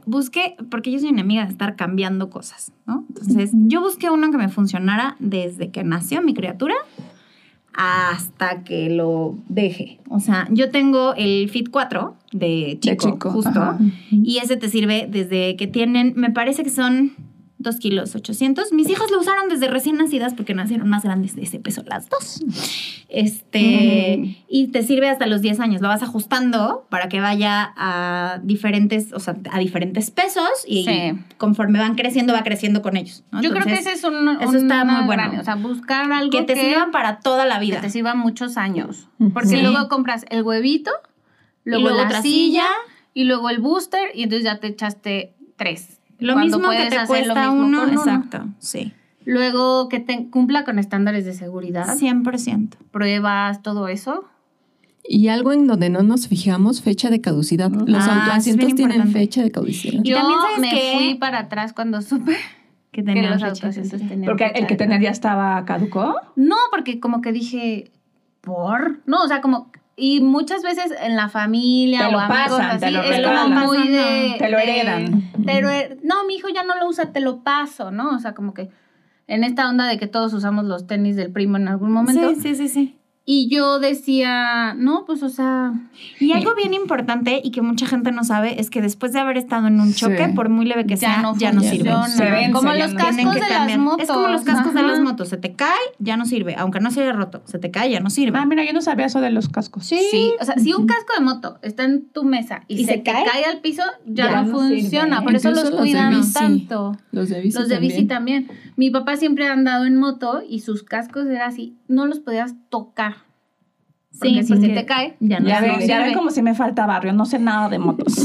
[SPEAKER 2] busqué, porque yo soy enemiga de estar cambiando cosas, ¿no? Entonces, yo busqué uno que me funcionara desde que nació mi criatura hasta que lo dejé. O sea, yo tengo el Fit 4 de chico,
[SPEAKER 5] chico,
[SPEAKER 2] justo,
[SPEAKER 5] ajá.
[SPEAKER 2] y ese te sirve desde que tienen, me parece que son 2 kilos 800. Mis hijas lo usaron desde recién nacidas porque nacieron más grandes de ese peso las dos. Este,
[SPEAKER 5] Mm.
[SPEAKER 2] y te sirve hasta los 10 años. Lo vas ajustando para que vaya a diferentes, o sea, a diferentes pesos y
[SPEAKER 4] Sí.
[SPEAKER 2] conforme van creciendo, va creciendo con ellos. ¿no?
[SPEAKER 4] Yo creo que ese
[SPEAKER 2] Entonces,
[SPEAKER 4] es un,
[SPEAKER 2] eso está
[SPEAKER 4] una
[SPEAKER 2] muy bueno.
[SPEAKER 4] gran- o sea, buscar algo
[SPEAKER 2] que te sirva para toda la
[SPEAKER 4] que
[SPEAKER 2] vida.
[SPEAKER 4] te sirva muchos años. Porque
[SPEAKER 2] Sí.
[SPEAKER 4] luego compras el huevito, luego,
[SPEAKER 2] luego
[SPEAKER 4] la
[SPEAKER 2] otra
[SPEAKER 4] silla,
[SPEAKER 2] silla.
[SPEAKER 4] y luego el booster, y entonces ya te echaste tres.
[SPEAKER 2] Lo
[SPEAKER 4] Cuando
[SPEAKER 2] mismo que
[SPEAKER 4] puedes
[SPEAKER 2] te
[SPEAKER 4] hacer lo
[SPEAKER 2] cuesta
[SPEAKER 4] mismo
[SPEAKER 2] uno,
[SPEAKER 4] con
[SPEAKER 2] exacto, sí,
[SPEAKER 4] Luego que te cumpla con estándares de seguridad,
[SPEAKER 2] 100%.
[SPEAKER 4] pruebas, todo eso.
[SPEAKER 1] Y algo en donde no nos fijamos, fecha de caducidad. Los
[SPEAKER 2] Ah, es
[SPEAKER 1] autoasientos
[SPEAKER 2] bien
[SPEAKER 1] tienen
[SPEAKER 2] importante.
[SPEAKER 1] fecha de caducidad.
[SPEAKER 2] Y
[SPEAKER 4] Yo
[SPEAKER 2] también, ¿sabes
[SPEAKER 4] me
[SPEAKER 2] qué?
[SPEAKER 4] fui para atrás cuando supe
[SPEAKER 2] Que
[SPEAKER 4] que
[SPEAKER 2] tenían
[SPEAKER 4] los
[SPEAKER 2] fecha de
[SPEAKER 4] autoasientos tenían
[SPEAKER 5] Porque
[SPEAKER 4] fecha
[SPEAKER 5] el que
[SPEAKER 4] de
[SPEAKER 5] tenía ya estaba caducó.
[SPEAKER 4] No, porque como que dije, ¿por? No, o sea, como... Y muchas veces en la familia
[SPEAKER 5] Te lo
[SPEAKER 4] o amigos
[SPEAKER 5] pasan, te
[SPEAKER 4] así,
[SPEAKER 5] lo
[SPEAKER 4] es como
[SPEAKER 5] regalan.
[SPEAKER 4] muy de...
[SPEAKER 5] Te lo
[SPEAKER 4] de-
[SPEAKER 5] heredan.
[SPEAKER 4] te lo her- no, mi hijo ya no lo usa, te lo paso, ¿no? O sea, como que en esta onda de que todos usamos los tenis del primo en algún momento.
[SPEAKER 2] Sí, sí, sí, sí.
[SPEAKER 4] Y yo decía, no, pues o sea,
[SPEAKER 2] Y algo bien importante y que mucha gente no sabe es que después de haber estado en un choque,
[SPEAKER 5] Sí.
[SPEAKER 2] por muy leve que
[SPEAKER 4] ya
[SPEAKER 2] sea,
[SPEAKER 4] no
[SPEAKER 2] ya no sirve.
[SPEAKER 4] funciona.
[SPEAKER 5] Se vence,
[SPEAKER 4] como
[SPEAKER 5] ya
[SPEAKER 4] los
[SPEAKER 5] no-
[SPEAKER 4] cascos
[SPEAKER 2] Tienen que
[SPEAKER 4] de las
[SPEAKER 2] cambiar.
[SPEAKER 4] motos.
[SPEAKER 2] Es como los cascos de
[SPEAKER 4] Ajá.
[SPEAKER 2] las motos. Se te cae, ya no sirve. Aunque no se haya roto, se te cae, ya no sirve.
[SPEAKER 5] Ah, mira, yo no sabía eso de los cascos.
[SPEAKER 4] Sí. o sea, si un casco de moto está en tu mesa y,
[SPEAKER 2] ¿Y
[SPEAKER 4] se,
[SPEAKER 2] se
[SPEAKER 4] te
[SPEAKER 2] cae?
[SPEAKER 4] cae al piso, ya,
[SPEAKER 5] Ya
[SPEAKER 4] no,
[SPEAKER 5] no sirve.
[SPEAKER 4] funciona. Por eso
[SPEAKER 1] Incluso
[SPEAKER 4] los
[SPEAKER 1] los de
[SPEAKER 4] cuidan
[SPEAKER 1] bici.
[SPEAKER 4] tanto.
[SPEAKER 1] Los de bici.
[SPEAKER 4] Los de bici también. Mi papá siempre ha andado en moto y sus cascos eran así, no los podías tocar. Porque si
[SPEAKER 2] porque
[SPEAKER 4] se te cae,
[SPEAKER 2] ya no
[SPEAKER 5] Ya,
[SPEAKER 2] sirve.
[SPEAKER 5] ven, ya
[SPEAKER 4] sirve.
[SPEAKER 5] ven como si me falta barrio, no sé nada de motos,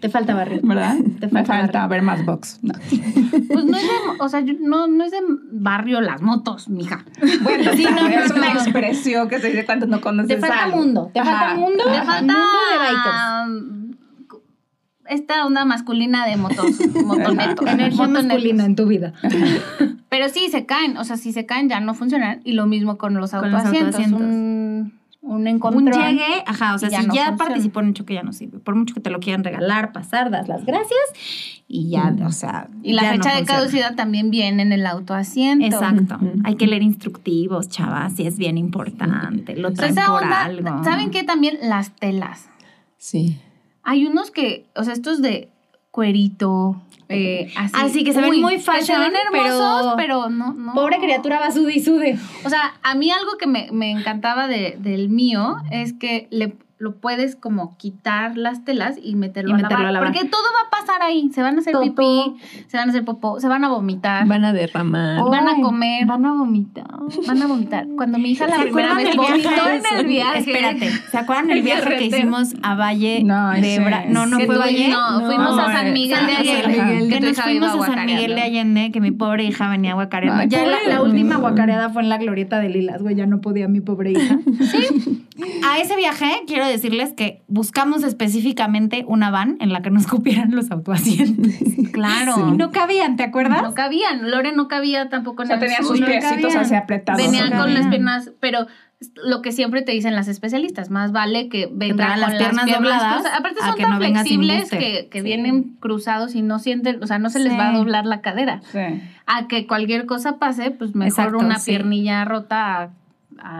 [SPEAKER 2] Te falta barrio.
[SPEAKER 5] ¿verdad?
[SPEAKER 2] Te
[SPEAKER 5] me
[SPEAKER 2] falta
[SPEAKER 5] falta ver más box. No.
[SPEAKER 4] Pues no es de, o sea, yo- no, no es de barrio las motos, mija.
[SPEAKER 5] Bueno, sí,
[SPEAKER 4] no,
[SPEAKER 5] es
[SPEAKER 4] no,
[SPEAKER 5] una
[SPEAKER 4] no.
[SPEAKER 5] expresión que se dice cuando no conoces
[SPEAKER 2] Te falta
[SPEAKER 5] algo.
[SPEAKER 2] mundo. Te falta
[SPEAKER 5] Ajá.
[SPEAKER 2] mundo.
[SPEAKER 4] Te falta
[SPEAKER 2] mundo de bikers.
[SPEAKER 4] mm, esta onda masculina de motos, motonetos.
[SPEAKER 2] Energía
[SPEAKER 4] motonetos.
[SPEAKER 2] masculina en tu vida.
[SPEAKER 4] Pero sí, se caen. O sea, si se caen ya no funcionan. Y lo mismo con los
[SPEAKER 2] Con los
[SPEAKER 4] autoasientos.
[SPEAKER 2] autoasientos.
[SPEAKER 4] Un, un
[SPEAKER 2] Un
[SPEAKER 4] encontrón.
[SPEAKER 2] llegue, ajá, o sea,
[SPEAKER 4] y ya
[SPEAKER 2] si
[SPEAKER 4] no
[SPEAKER 2] ya
[SPEAKER 4] funciona.
[SPEAKER 2] participó en un choque ya no sirve. Por mucho que te lo quieran regalar, pasar, das las gracias y ya, o sea.
[SPEAKER 4] y la
[SPEAKER 2] ya no
[SPEAKER 4] fecha de
[SPEAKER 2] funciona.
[SPEAKER 4] caducidad también viene en el autoasiento.
[SPEAKER 2] Exacto.
[SPEAKER 1] Ujú.
[SPEAKER 2] Hay que leer instructivos, chavas, y es bien importante. Lo
[SPEAKER 4] O sea,
[SPEAKER 2] traen
[SPEAKER 4] esa
[SPEAKER 2] por
[SPEAKER 4] onda,
[SPEAKER 2] algo.
[SPEAKER 4] ¿saben qué? También las telas.
[SPEAKER 1] Sí.
[SPEAKER 4] Hay unos que, o sea, estos de cuerito, eh, así.
[SPEAKER 2] Así Ah, que se ven muy
[SPEAKER 4] que se ven
[SPEAKER 2] fashion,
[SPEAKER 4] hermosos,
[SPEAKER 2] pero-
[SPEAKER 4] pero, no, no.
[SPEAKER 2] Pobre criatura va sude y sude.
[SPEAKER 4] O sea, a mí algo que me, me encantaba de- del mío es que le lo puedes como quitar las telas y meterlo,
[SPEAKER 2] Y
[SPEAKER 4] a,
[SPEAKER 2] meterlo
[SPEAKER 4] lavar,
[SPEAKER 2] a lavar.
[SPEAKER 4] Porque todo va a pasar ahí. Se van a hacer
[SPEAKER 2] Todo.
[SPEAKER 4] pipí, se van a hacer popó, se van a vomitar,
[SPEAKER 1] Van a derramar.
[SPEAKER 4] Oh. Van a comer.
[SPEAKER 2] Van a vomitar.
[SPEAKER 4] van a vomitar. Cuando mi hija la
[SPEAKER 2] ¿Se
[SPEAKER 4] primera
[SPEAKER 2] acuerdan
[SPEAKER 4] vez
[SPEAKER 2] del
[SPEAKER 4] vomitó
[SPEAKER 2] viaje?
[SPEAKER 4] en el viaje.
[SPEAKER 2] Espérate, ¿se acuerdan del viaje que
[SPEAKER 4] carretera.
[SPEAKER 2] hicimos a Valle
[SPEAKER 5] No,
[SPEAKER 2] de
[SPEAKER 5] ese
[SPEAKER 2] Bra- No, no
[SPEAKER 4] Que
[SPEAKER 2] fue
[SPEAKER 4] tú-
[SPEAKER 2] Valle.
[SPEAKER 4] No, fuimos a
[SPEAKER 5] No,
[SPEAKER 4] San
[SPEAKER 5] eh,
[SPEAKER 4] Miguel de
[SPEAKER 2] San
[SPEAKER 4] Allende.
[SPEAKER 5] Miguel.
[SPEAKER 4] que
[SPEAKER 2] Que
[SPEAKER 4] tu
[SPEAKER 2] nos
[SPEAKER 4] hija
[SPEAKER 2] fuimos a
[SPEAKER 4] iba
[SPEAKER 2] San Miguel de
[SPEAKER 4] guacareando.
[SPEAKER 2] Allende, que mi pobre hija venía guacareando.
[SPEAKER 5] Ay,
[SPEAKER 2] ya la,
[SPEAKER 5] pobre.
[SPEAKER 2] la última guacareada fue en la glorieta de Lilas, güey, ya no podía mi pobre hija. A ese viaje quiero decirles que buscamos específicamente una van en la que nos cupieran los autoasientos.
[SPEAKER 4] Claro.
[SPEAKER 2] Y no cabían, ¿te acuerdas?
[SPEAKER 4] No cabían, Lore no cabía tampoco
[SPEAKER 5] O
[SPEAKER 4] en
[SPEAKER 5] sea,
[SPEAKER 4] el
[SPEAKER 5] tenía
[SPEAKER 4] sur.
[SPEAKER 5] sus
[SPEAKER 2] no
[SPEAKER 5] piecitos
[SPEAKER 2] cabían.
[SPEAKER 5] así apretados.
[SPEAKER 4] Venían
[SPEAKER 5] ¿no?
[SPEAKER 4] con
[SPEAKER 2] cabían.
[SPEAKER 4] las piernas, pero lo que siempre te dicen las especialistas, más vale que vengan
[SPEAKER 2] traigan
[SPEAKER 4] con
[SPEAKER 2] las
[SPEAKER 4] las
[SPEAKER 2] piernas
[SPEAKER 4] piernas,
[SPEAKER 2] dobladas
[SPEAKER 4] cruzadas. Aparte
[SPEAKER 2] a
[SPEAKER 4] son
[SPEAKER 2] que
[SPEAKER 4] tan
[SPEAKER 2] no venga sin
[SPEAKER 4] flexibles
[SPEAKER 2] booster.
[SPEAKER 4] que, que
[SPEAKER 2] Sí.
[SPEAKER 4] vienen cruzados y no sienten, o sea, no se les
[SPEAKER 2] Sí.
[SPEAKER 4] va a doblar la cadera.
[SPEAKER 5] Sí.
[SPEAKER 4] A que cualquier cosa pase, pues mejor
[SPEAKER 2] Exacto,
[SPEAKER 4] una
[SPEAKER 2] sí.
[SPEAKER 4] piernilla rota a,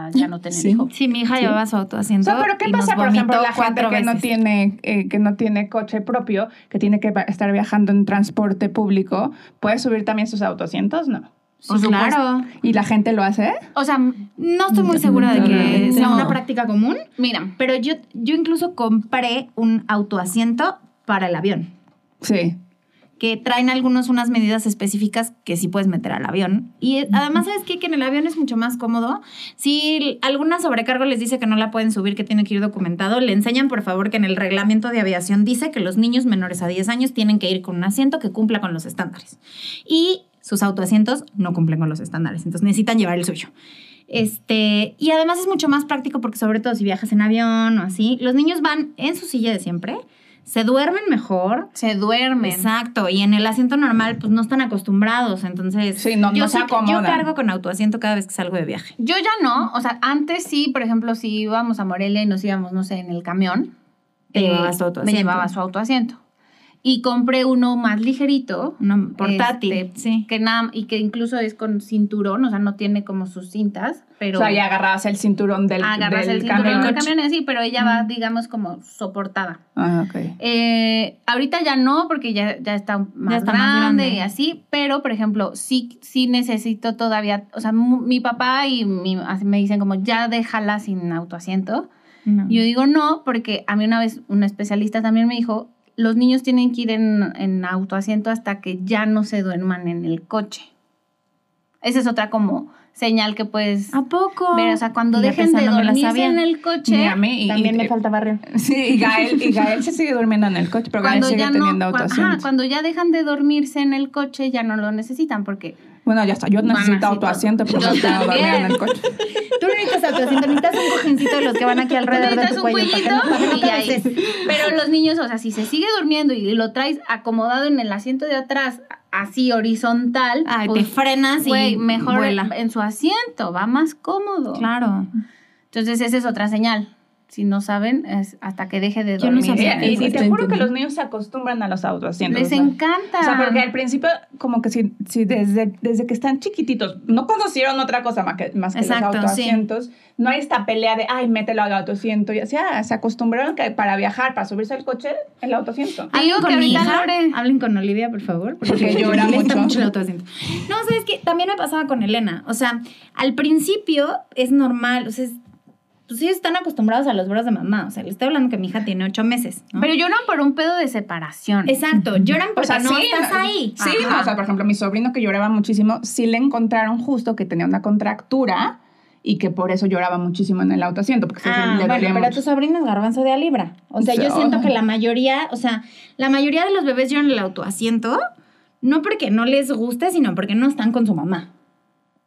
[SPEAKER 4] a ya no tener
[SPEAKER 1] Sí.
[SPEAKER 4] hijo.
[SPEAKER 2] Sí, mi hija llevaba su
[SPEAKER 5] O
[SPEAKER 2] autoasiento.
[SPEAKER 5] sea, pero ¿qué
[SPEAKER 2] y
[SPEAKER 5] pasa,
[SPEAKER 2] nos
[SPEAKER 5] por ejemplo,
[SPEAKER 2] vomitó
[SPEAKER 5] la gente
[SPEAKER 2] cuatro
[SPEAKER 5] que no,
[SPEAKER 2] veces.
[SPEAKER 5] tiene, eh, que no tiene coche propio, que tiene que va- estar viajando en transporte público? ¿Puede subir también sus autocientos? No.
[SPEAKER 2] Pues claro.
[SPEAKER 5] ¿Y la gente lo hace?
[SPEAKER 4] O sea,
[SPEAKER 2] No estoy muy segura de que
[SPEAKER 1] No.
[SPEAKER 2] sea una práctica común,
[SPEAKER 4] mira,
[SPEAKER 2] pero yo, yo incluso compré un autoasiento para el avión.
[SPEAKER 5] Sí.
[SPEAKER 2] que traen algunos unas medidas específicas que sí puedes meter al avión. Y eh, además, ¿sabes qué? Que en el avión es mucho más cómodo. Si l- alguna sobrecargo les dice que no la pueden subir, que tiene que ir documentado, le enseñan, por favor, que en el reglamento de aviación dice que los niños menores a 10 años tienen que ir con un asiento que cumpla con los estándares. Y sus autoasientos no cumplen con los estándares, entonces necesitan llevar el suyo. Este, y además es mucho más práctico porque sobre todo si viajas en avión o así, los niños van en su silla de siempre, se duermen mejor,
[SPEAKER 4] se duermen.
[SPEAKER 2] Exacto, y en el asiento normal pues no están acostumbrados, entonces
[SPEAKER 5] Sí, no-
[SPEAKER 2] yo,
[SPEAKER 5] no se
[SPEAKER 2] sí que- yo
[SPEAKER 5] acomodan.
[SPEAKER 2] cargo con autoasiento cada vez que salgo de viaje.
[SPEAKER 4] Yo ya no, o sea, antes sí, por ejemplo, si íbamos a Morelia y nos íbamos, no sé, en el camión, eh,
[SPEAKER 2] Te llevabas tu autoasiento.
[SPEAKER 4] me llevaba su autoasiento. Y compré uno más ligerito,
[SPEAKER 2] No, portátil,
[SPEAKER 4] Este,
[SPEAKER 2] sí.
[SPEAKER 4] que nada, y que incluso es con cinturón, o sea, no tiene como sus cintas, pero
[SPEAKER 5] o sea, y agarras el cinturón del,
[SPEAKER 4] agarras
[SPEAKER 5] del
[SPEAKER 4] el cinturón del
[SPEAKER 5] camión.
[SPEAKER 4] camión, sí, pero ella va, digamos, como soportada.
[SPEAKER 5] Ah, ok.
[SPEAKER 4] Eh, ahorita ya no, porque ya, ya está más,
[SPEAKER 2] está más
[SPEAKER 4] grande
[SPEAKER 2] grande.
[SPEAKER 4] y así, pero por ejemplo, sí, sí necesito todavía, o sea, mu- mi papá y mi- así me dicen como, ya déjala sin autoasiento.
[SPEAKER 2] No.
[SPEAKER 4] Yo digo no, porque a mí una vez una especialista también me dijo, los niños tienen que ir en, en autoasiento hasta que ya no se duerman en el coche. Esa es otra como señal que puedes
[SPEAKER 2] ¿A poco?
[SPEAKER 4] ver, o sea, cuando
[SPEAKER 2] Fíjate,
[SPEAKER 4] dejen
[SPEAKER 2] esa
[SPEAKER 4] de
[SPEAKER 2] no me Ah, la
[SPEAKER 4] dormirse
[SPEAKER 2] sabía.
[SPEAKER 4] en el
[SPEAKER 5] Ni
[SPEAKER 4] coche,
[SPEAKER 5] a mí, y- y-
[SPEAKER 2] barrio.
[SPEAKER 5] Sí, y Gael, y Gael se sigue durmiendo en el coche, pero Gael
[SPEAKER 4] cuando
[SPEAKER 5] sigue
[SPEAKER 4] ya no,
[SPEAKER 5] teniendo
[SPEAKER 4] cua-
[SPEAKER 5] autoasiento.
[SPEAKER 4] ajá, cuando ya dejan de dormirse en el coche, ya no lo necesitan porque
[SPEAKER 5] Bueno, ya está. Yo necesito
[SPEAKER 4] Mamacita.
[SPEAKER 5] autoasiento porque
[SPEAKER 4] Yo
[SPEAKER 5] no puedo dormir
[SPEAKER 4] también.
[SPEAKER 5] en el coche.
[SPEAKER 2] Tú no necesitas autoasiento, necesitas un cojincito de los que van aquí alrededor de
[SPEAKER 4] pues, necesitas
[SPEAKER 2] tu
[SPEAKER 4] un
[SPEAKER 2] cuello. para que
[SPEAKER 4] cuellito
[SPEAKER 2] no- para que no
[SPEAKER 4] y
[SPEAKER 2] te
[SPEAKER 4] ahí.
[SPEAKER 2] beses.
[SPEAKER 4] Pero los niños, o sea, si se sigue durmiendo y lo traes acomodado en el asiento de atrás, así horizontal,
[SPEAKER 2] Ay,
[SPEAKER 4] pues,
[SPEAKER 2] te frenas y
[SPEAKER 4] güey, mejor
[SPEAKER 2] vuela.
[SPEAKER 4] en su asiento, va más cómodo.
[SPEAKER 2] Claro.
[SPEAKER 4] Entonces esa es otra señal. Si no saben, es hasta que deje de
[SPEAKER 1] Yo no
[SPEAKER 4] dormir.
[SPEAKER 1] sabía eso.
[SPEAKER 4] Y- y
[SPEAKER 1] sí,
[SPEAKER 5] Y, y te
[SPEAKER 1] sí,
[SPEAKER 5] juro que
[SPEAKER 1] entendí.
[SPEAKER 5] los niños se acostumbran a los autoasientos.
[SPEAKER 4] Les
[SPEAKER 5] o sea.
[SPEAKER 4] encanta.
[SPEAKER 5] O sea, porque al principio, como que si, si desde, desde que están chiquititos, no conocieron otra cosa más que, más que los
[SPEAKER 2] Exacto,
[SPEAKER 5] autoasientos, no hay esta pelea de, ay, mételo al autoasiento. Y así, ah, se acostumbraron que para viajar, para subirse al coche, el autoasiento.
[SPEAKER 2] Ah,
[SPEAKER 4] Algo que ahorita Lore-
[SPEAKER 2] Hablen con Olivia, por favor.
[SPEAKER 5] Porque llora
[SPEAKER 2] le está
[SPEAKER 5] mucho.
[SPEAKER 2] el autoasiento. No, sabes que también me pasaba con Elena. O sea, al principio es normal. O sea, es- pues ellos están acostumbrados a los brazos de mamá. O sea, le estoy hablando que mi hija tiene ocho meses. ¿no?
[SPEAKER 4] Pero lloran por un pedo de separación.
[SPEAKER 2] Exacto, lloran
[SPEAKER 5] O
[SPEAKER 2] porque
[SPEAKER 5] sea,
[SPEAKER 2] no
[SPEAKER 5] sí,
[SPEAKER 2] estás
[SPEAKER 5] no-
[SPEAKER 2] ahí.
[SPEAKER 5] Sí,
[SPEAKER 2] Ajá.
[SPEAKER 5] no, o sea, por ejemplo, mi sobrino que lloraba muchísimo, sí le encontraron justo que tenía una contractura y que por eso lloraba muchísimo en el autoasiento, porque sí, sí,
[SPEAKER 2] Ah,
[SPEAKER 5] le dolía
[SPEAKER 2] bueno, pero
[SPEAKER 5] mucho.
[SPEAKER 2] tu sobrino es garbanzo de a libra. O sea, yo
[SPEAKER 5] Sí.
[SPEAKER 2] siento que la mayoría, o sea, la mayoría de los bebés lloran el autoasiento, no porque no les guste, sino porque no están con su mamá.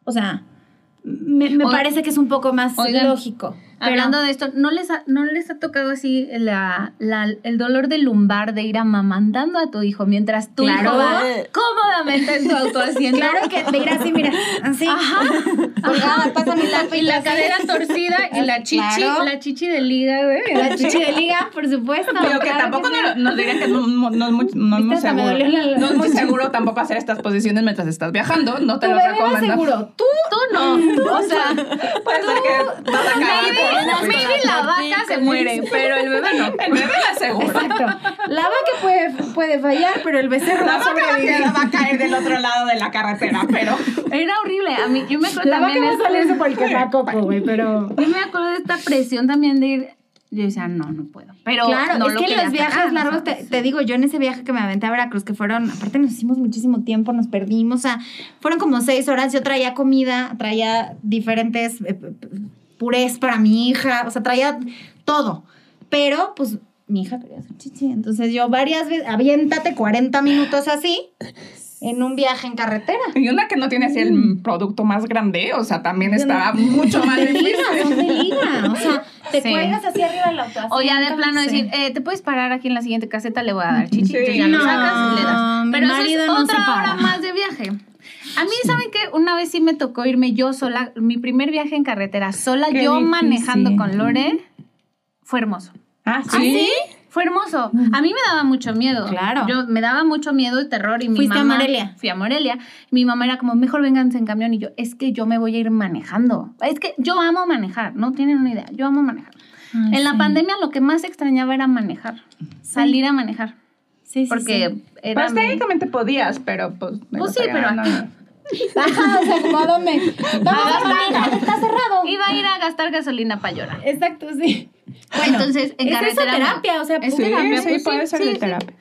[SPEAKER 2] O sea, me, me
[SPEAKER 4] Oigan-
[SPEAKER 2] parece que es un poco más
[SPEAKER 4] oigan,
[SPEAKER 2] lógico. Pero-
[SPEAKER 4] Hablando de esto, ¿no les ha, no les ha tocado así la, la- el dolor de lumbar de ir amamantando a tu hijo mientras tú
[SPEAKER 2] Claro.
[SPEAKER 4] va cómodamente en tu autoasiento?
[SPEAKER 2] Claro que te irá así, mira, así.
[SPEAKER 4] Ajá.
[SPEAKER 2] Colgada, pásame la
[SPEAKER 4] Y la
[SPEAKER 2] así.
[SPEAKER 4] cadera torcida y la chichi,
[SPEAKER 2] Claro.
[SPEAKER 4] la chichi ¿eh? de liga, güey.
[SPEAKER 2] La chichi de liga, por supuesto.
[SPEAKER 5] Digo que
[SPEAKER 2] claro
[SPEAKER 5] tampoco
[SPEAKER 2] sí.
[SPEAKER 5] no- nos dirían que no, no- no es muy, no es
[SPEAKER 2] Viste,
[SPEAKER 5] muy
[SPEAKER 2] hasta me
[SPEAKER 5] seguro.
[SPEAKER 2] dolió la-
[SPEAKER 5] No es muy seguro tampoco hacer estas posiciones mientras estás viajando. No te
[SPEAKER 2] Tu
[SPEAKER 5] lo
[SPEAKER 2] bebé va
[SPEAKER 5] recomiendo.
[SPEAKER 2] seguro. Tú
[SPEAKER 4] Tú no.
[SPEAKER 5] O sea, puede ser que vas a caer por-
[SPEAKER 4] Maybe, maybe la vaca se muere, pero el bebé no.
[SPEAKER 5] El bebé la asegura.
[SPEAKER 2] Exacto. La vaca puede, puede fallar, pero el becerro
[SPEAKER 5] La
[SPEAKER 2] va a
[SPEAKER 5] vaca va a,
[SPEAKER 2] sobrevivir.
[SPEAKER 5] quedar- va a caer del otro lado de la carretera, pero
[SPEAKER 4] Era horrible. A mí, yo me acuerdo
[SPEAKER 2] La vaca
[SPEAKER 4] también.
[SPEAKER 2] va a
[SPEAKER 4] este-
[SPEAKER 2] salir por el quemacoco, güey, pero...
[SPEAKER 4] Yo me acuerdo de esta presión también de ir. Yo decía, no, no puedo. Pero
[SPEAKER 2] Claro,
[SPEAKER 4] no
[SPEAKER 2] es
[SPEAKER 4] lo
[SPEAKER 2] que
[SPEAKER 4] quería
[SPEAKER 2] los viajes
[SPEAKER 4] sacar,
[SPEAKER 2] largos,
[SPEAKER 4] o sea,
[SPEAKER 2] te, te digo, yo en ese viaje que me aventé a Veracruz, que fueron, aparte nos hicimos muchísimo tiempo, nos perdimos, o sea, fueron como seis horas, yo traía comida, traía diferentes eh, p- p- purés para mi hija, o sea, traía todo, pero pues mi hija quería hacer chichi, entonces yo varias veces, aviéntate 40 minutos así, en un viaje en carretera.
[SPEAKER 5] y una que no tiene así
[SPEAKER 2] Mm.
[SPEAKER 5] el producto más grande, o sea, también está mucho más
[SPEAKER 2] Te
[SPEAKER 5] difícil.
[SPEAKER 2] ligas, no te ligas, o sea, te
[SPEAKER 4] Sí.
[SPEAKER 2] cuelgas así arriba del auto.
[SPEAKER 4] O
[SPEAKER 2] así,
[SPEAKER 4] ya de
[SPEAKER 2] entonces,
[SPEAKER 4] plano
[SPEAKER 2] sí.
[SPEAKER 4] decir, eh, te puedes parar aquí en la siguiente caseta, le voy a dar chichi.
[SPEAKER 5] Sí.
[SPEAKER 4] Entonces ya lo
[SPEAKER 5] No,
[SPEAKER 4] sacas y le das.
[SPEAKER 2] mi
[SPEAKER 4] Pero eso
[SPEAKER 2] marido
[SPEAKER 4] es
[SPEAKER 2] no se
[SPEAKER 4] otra hora
[SPEAKER 2] para.
[SPEAKER 4] más de viaje. A mí, ¿saben qué? Una vez sí me tocó irme yo sola, mi primer viaje en carretera, sola,
[SPEAKER 5] Qué
[SPEAKER 4] yo
[SPEAKER 5] difícil.
[SPEAKER 4] manejando con Lore, fue hermoso.
[SPEAKER 5] Ah,
[SPEAKER 4] Fue hermoso. A mí me daba mucho miedo.
[SPEAKER 2] Claro.
[SPEAKER 4] Yo me daba mucho miedo y terror. Y mi
[SPEAKER 2] Fuiste a
[SPEAKER 4] mamá-
[SPEAKER 2] Morelia.
[SPEAKER 4] Fui a Morelia. Mi mamá era como, mejor vénganse en camión. Y yo, es que yo me voy a ir manejando. Es que yo amo manejar. No tienen una idea. Yo amo manejar. en la pandemia lo que más extrañaba era manejar. Salir a manejar.
[SPEAKER 2] Sí, sí,
[SPEAKER 4] Porque
[SPEAKER 2] sí.
[SPEAKER 4] era...
[SPEAKER 5] Pues técnicamente podías, pero pues. me
[SPEAKER 4] Pues
[SPEAKER 5] lo
[SPEAKER 4] sí, pero
[SPEAKER 5] pegaron,
[SPEAKER 4] aquí-
[SPEAKER 5] no,
[SPEAKER 2] Ajá, o sea, como a dónde. Vamos a manejar, está cerrado.
[SPEAKER 4] Iba a ir a gastar gasolina para llorar.
[SPEAKER 2] Exacto, sí.
[SPEAKER 4] Entonces, en
[SPEAKER 2] es
[SPEAKER 4] carretera... no.
[SPEAKER 2] terapia, o sea,
[SPEAKER 4] Es
[SPEAKER 2] es
[SPEAKER 5] Sí,
[SPEAKER 4] terapia,
[SPEAKER 5] sí,
[SPEAKER 4] pues sí,
[SPEAKER 5] puede ser
[SPEAKER 4] sí,
[SPEAKER 5] de
[SPEAKER 4] sí.
[SPEAKER 5] terapia.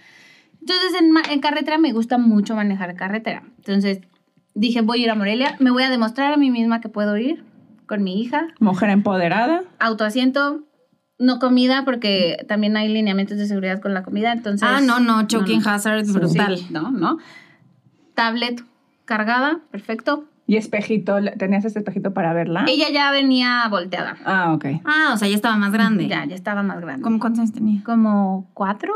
[SPEAKER 4] Entonces, en, ma- en carretera me gusta mucho manejar carretera. Entonces, dije, voy a ir a Morelia, me voy a demostrar a mí misma que puedo ir con mi hija.
[SPEAKER 5] Mujer empoderada.
[SPEAKER 4] Autoasiento, no comida, porque también hay lineamientos de seguridad con la comida. Entonces,
[SPEAKER 2] Ah, no, no, choking
[SPEAKER 4] no.
[SPEAKER 2] hazard
[SPEAKER 4] Sí,
[SPEAKER 2] brutal.
[SPEAKER 4] no, no. Tablet cargada, perfecto.
[SPEAKER 5] Y espejito, ¿tenías este espejito para verla?
[SPEAKER 4] Ella ya venía volteada.
[SPEAKER 5] Ah, ok.
[SPEAKER 2] Ah, o sea, ya estaba más grande.
[SPEAKER 4] Ya, ya estaba más grande.
[SPEAKER 2] ¿Cómo cuántos años tenía?
[SPEAKER 4] Como cuatro.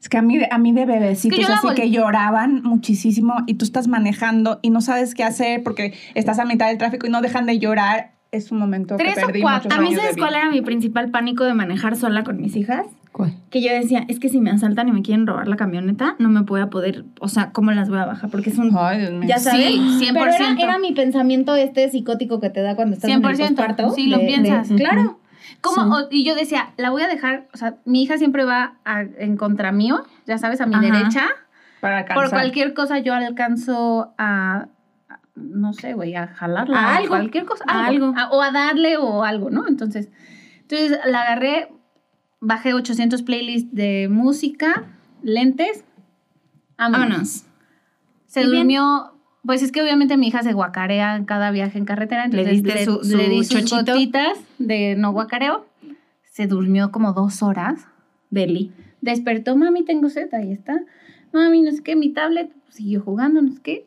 [SPEAKER 5] Es que a mí, a mí de bebecitos
[SPEAKER 4] Es que yo la
[SPEAKER 5] así
[SPEAKER 4] vol-
[SPEAKER 5] que lloraban muchísimo y tú estás manejando y no sabes qué hacer porque estás a mitad del tráfico y no dejan de llorar. Es un momento
[SPEAKER 4] Tres
[SPEAKER 5] que
[SPEAKER 4] o
[SPEAKER 5] perdí
[SPEAKER 4] cuatro.
[SPEAKER 5] muchos
[SPEAKER 2] A mí,
[SPEAKER 5] años de
[SPEAKER 2] ¿sabes
[SPEAKER 5] vida.
[SPEAKER 2] cuál era mi principal pánico de manejar sola con mis hijas?
[SPEAKER 1] ¿Cuál?
[SPEAKER 2] Que yo decía, es que si me asaltan y me quieren robar la camioneta, no me voy a poder, o sea, ¿cómo las voy a bajar? Porque es un...
[SPEAKER 5] Ay, Dios mío.
[SPEAKER 2] Ya sabes.
[SPEAKER 4] Sí, 100%.
[SPEAKER 2] Pero era, era mi pensamiento este psicótico que te da cuando estás en el
[SPEAKER 4] 100%,
[SPEAKER 2] posparto.
[SPEAKER 4] sí, lo
[SPEAKER 2] de- de-
[SPEAKER 4] piensas.
[SPEAKER 2] claro.
[SPEAKER 4] ¿Cómo? O- y yo decía, la voy a dejar, o sea, mi hija siempre va a- en contra mío, ya sabes, a mi
[SPEAKER 2] Ajá.
[SPEAKER 4] derecha.
[SPEAKER 5] Para
[SPEAKER 4] Por
[SPEAKER 5] alcanzar.
[SPEAKER 4] cualquier cosa yo alcanzo a, a- no sé, güey, a jalarla.
[SPEAKER 2] A
[SPEAKER 4] o
[SPEAKER 2] algo.
[SPEAKER 4] Cualquier cosa.
[SPEAKER 2] A algo.
[SPEAKER 4] A- o a darle o algo, ¿no? Entonces, entonces la agarré, bajé 800 playlists de música, lentes. Vámonos.
[SPEAKER 2] Vámonos.
[SPEAKER 4] Se
[SPEAKER 2] ¿Y bien?
[SPEAKER 4] durmió... Pues es que obviamente mi hija se guacarea en cada viaje en carretera, entonces
[SPEAKER 2] diste su- su
[SPEAKER 4] le di sus
[SPEAKER 2] chochito?
[SPEAKER 4] gotitas de no guacareo. Se durmió como dos horas.
[SPEAKER 2] Deli.
[SPEAKER 4] Despertó, mami, tengo sed, ahí está. Mami, no sé qué, mi tablet. Siguió jugando, no sé qué.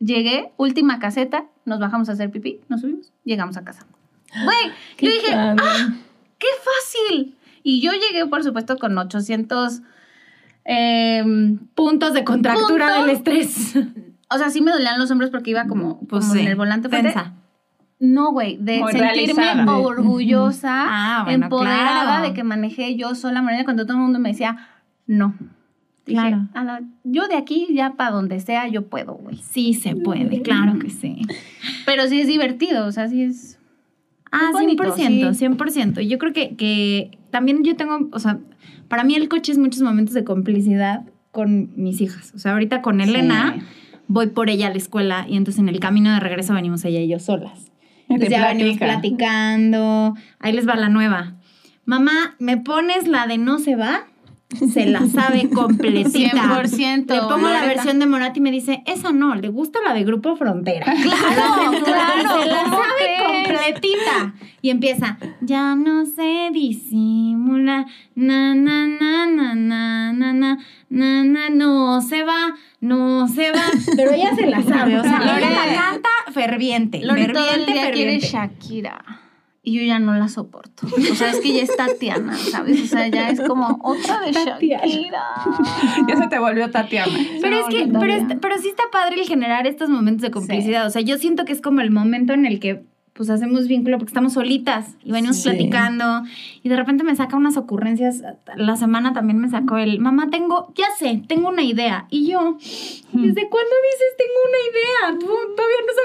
[SPEAKER 4] Llegué, última caseta, nos bajamos a hacer pipí, nos subimos, llegamos a casa. Güey, yo dije,
[SPEAKER 2] Ah,
[SPEAKER 4] ¡qué fácil! Y yo llegué, por supuesto, con 800... em,
[SPEAKER 2] Puntos de contractura
[SPEAKER 4] Punto.
[SPEAKER 2] del estrés.
[SPEAKER 4] o sea, sí me dolían los hombros porque iba como,
[SPEAKER 2] Pues
[SPEAKER 4] como
[SPEAKER 2] sí,
[SPEAKER 4] en el volante fuerte.
[SPEAKER 2] Tensa.
[SPEAKER 4] No, güey, de
[SPEAKER 5] Muy
[SPEAKER 4] sentirme
[SPEAKER 5] realizada.
[SPEAKER 4] orgullosa,
[SPEAKER 2] Ah, bueno,
[SPEAKER 4] empoderada
[SPEAKER 2] claro.
[SPEAKER 4] de que manejé yo sola manera cuando todo el mundo me decía, no. Dije,
[SPEAKER 2] Claro.
[SPEAKER 4] "A la- yo de aquí ya para donde sea yo puedo, güey.
[SPEAKER 2] Sí se puede, claro que sí.
[SPEAKER 4] Pero sí es divertido, o sea, sí es...
[SPEAKER 2] Ah,
[SPEAKER 4] Es bonito,
[SPEAKER 2] 100%,
[SPEAKER 4] sí.
[SPEAKER 2] 100%. Yo creo que, que también yo tengo, o sea, para mí el coche es muchos momentos de complicidad con mis hijas. O sea, ahorita con Elena voy por ella a la escuela y entonces en el camino de regreso venimos ella y yo solas.
[SPEAKER 5] Y te
[SPEAKER 2] Entonces
[SPEAKER 4] pues
[SPEAKER 2] ya venimos
[SPEAKER 5] platica.
[SPEAKER 2] platicando. Ahí les va la nueva. Mamá, ¿me pones la de no se va? Se la sabe completita.
[SPEAKER 4] 100%.
[SPEAKER 2] Le pongo la
[SPEAKER 4] Loreta.
[SPEAKER 2] versión de Morat y me dice, esa no, le gusta la de Grupo Frontera.
[SPEAKER 4] Claro, claro.
[SPEAKER 2] Se la
[SPEAKER 4] ¿cómo
[SPEAKER 2] sabe
[SPEAKER 4] crees?
[SPEAKER 2] completita. Y empieza, ya no se disimula, na, na, na, na, na, na, na, na, na, no se va, no se va. Pero ella se la sabe, o sea,
[SPEAKER 4] Lorena.
[SPEAKER 2] Lorena canta ferviente,
[SPEAKER 4] Lore todo el
[SPEAKER 2] ferviente,
[SPEAKER 4] día quiere
[SPEAKER 2] ferviente.
[SPEAKER 4] Shakira. Y yo ya no la soporto. O sea, es que ya es Tatiana, ¿sabes? O sea, ya es como otra de
[SPEAKER 2] Tatiana.
[SPEAKER 4] Shakira.
[SPEAKER 5] Ya se te volvió Tatiana.
[SPEAKER 2] Pero
[SPEAKER 4] No,
[SPEAKER 2] es que,
[SPEAKER 4] yo
[SPEAKER 2] pero,
[SPEAKER 4] también.
[SPEAKER 2] es- pero sí está padre el generar estos momentos de complicidad. O sea, yo siento que es como el momento en el que pues hacemos vínculo porque estamos solitas y venimos
[SPEAKER 5] Sí.
[SPEAKER 2] platicando y de repente me saca unas ocurrencias. La semana también me sacó el, mamá, tengo, ya sé, tengo una idea. Y yo,
[SPEAKER 4] Hmm.
[SPEAKER 2] ¿desde cuándo dices tengo una idea? Tú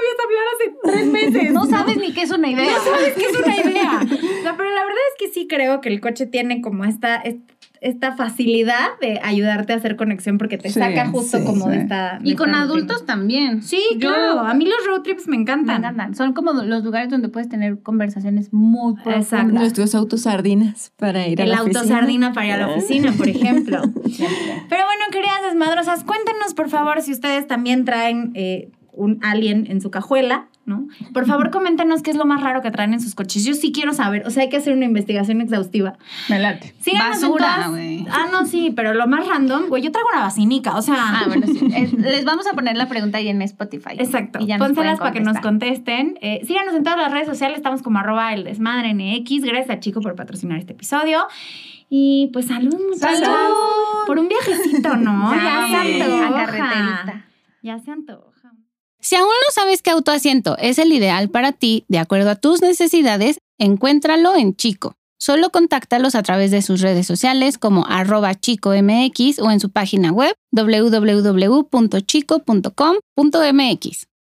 [SPEAKER 2] todavía no sabías hablar hace tres meses.
[SPEAKER 4] No sabes ni qué es una idea.
[SPEAKER 2] No sabes que es una idea. No, pero la verdad es que sí creo que el coche tiene como esta, est- esta facilidad de ayudarte a hacer conexión porque te
[SPEAKER 5] Sí,
[SPEAKER 2] saca justo
[SPEAKER 5] sí,
[SPEAKER 2] como de
[SPEAKER 5] sí.
[SPEAKER 2] esta. de
[SPEAKER 4] Y con
[SPEAKER 2] esta
[SPEAKER 4] adultos también.
[SPEAKER 2] rutina. Sí, claro. A mí los road trips me
[SPEAKER 4] Me
[SPEAKER 2] encantan.
[SPEAKER 4] encantan. Son como los lugares donde puedes tener conversaciones muy
[SPEAKER 2] Ah,
[SPEAKER 4] profundas.
[SPEAKER 2] Exacto.
[SPEAKER 1] Nuestros autos sardinas para ir a
[SPEAKER 2] El
[SPEAKER 1] la
[SPEAKER 2] auto
[SPEAKER 1] oficina. ¿Eh?
[SPEAKER 2] sardina para ir a la oficina, por ejemplo. Pero bueno, queridas desmadrosas, cuéntenos por favor si ustedes también traen eh, un alien en su cajuela, ¿no? Por favor, coméntenos qué es lo más raro que traen en sus coches. Yo sí quiero saber, o sea, hay que hacer una investigación exhaustiva.
[SPEAKER 5] Me late.
[SPEAKER 2] Síganos en
[SPEAKER 4] Basura,
[SPEAKER 2] todas-
[SPEAKER 4] güey.
[SPEAKER 2] Ah, no, sí, pero lo más random, güey, yo traigo una vacinica, o sea.
[SPEAKER 4] Ah, bueno, sí. Es- les vamos a poner la pregunta ahí en Spotify.
[SPEAKER 2] Exacto.
[SPEAKER 4] Y ya nos
[SPEAKER 2] Pónselas para
[SPEAKER 4] pueden
[SPEAKER 2] que nos
[SPEAKER 4] contestar.
[SPEAKER 2] contesten. Eh, síganos en todas las redes sociales. Estamos como arroba el desmadre NX. Gracias a Chico por patrocinar este episodio. Y pues salud, muchachos.
[SPEAKER 5] Salud.
[SPEAKER 2] Por un viajecito, ¿no? ya
[SPEAKER 4] Sí,
[SPEAKER 2] se
[SPEAKER 4] a
[SPEAKER 2] antoja.
[SPEAKER 4] carreterita.
[SPEAKER 2] Ya se antoja.
[SPEAKER 6] Si aún no sabes qué autoasiento es el ideal para ti, de acuerdo a tus necesidades, encuéntralo en Chico. Solo contáctalos a través de sus redes sociales como arroba chicomx o en su página web www.chico.com.mx.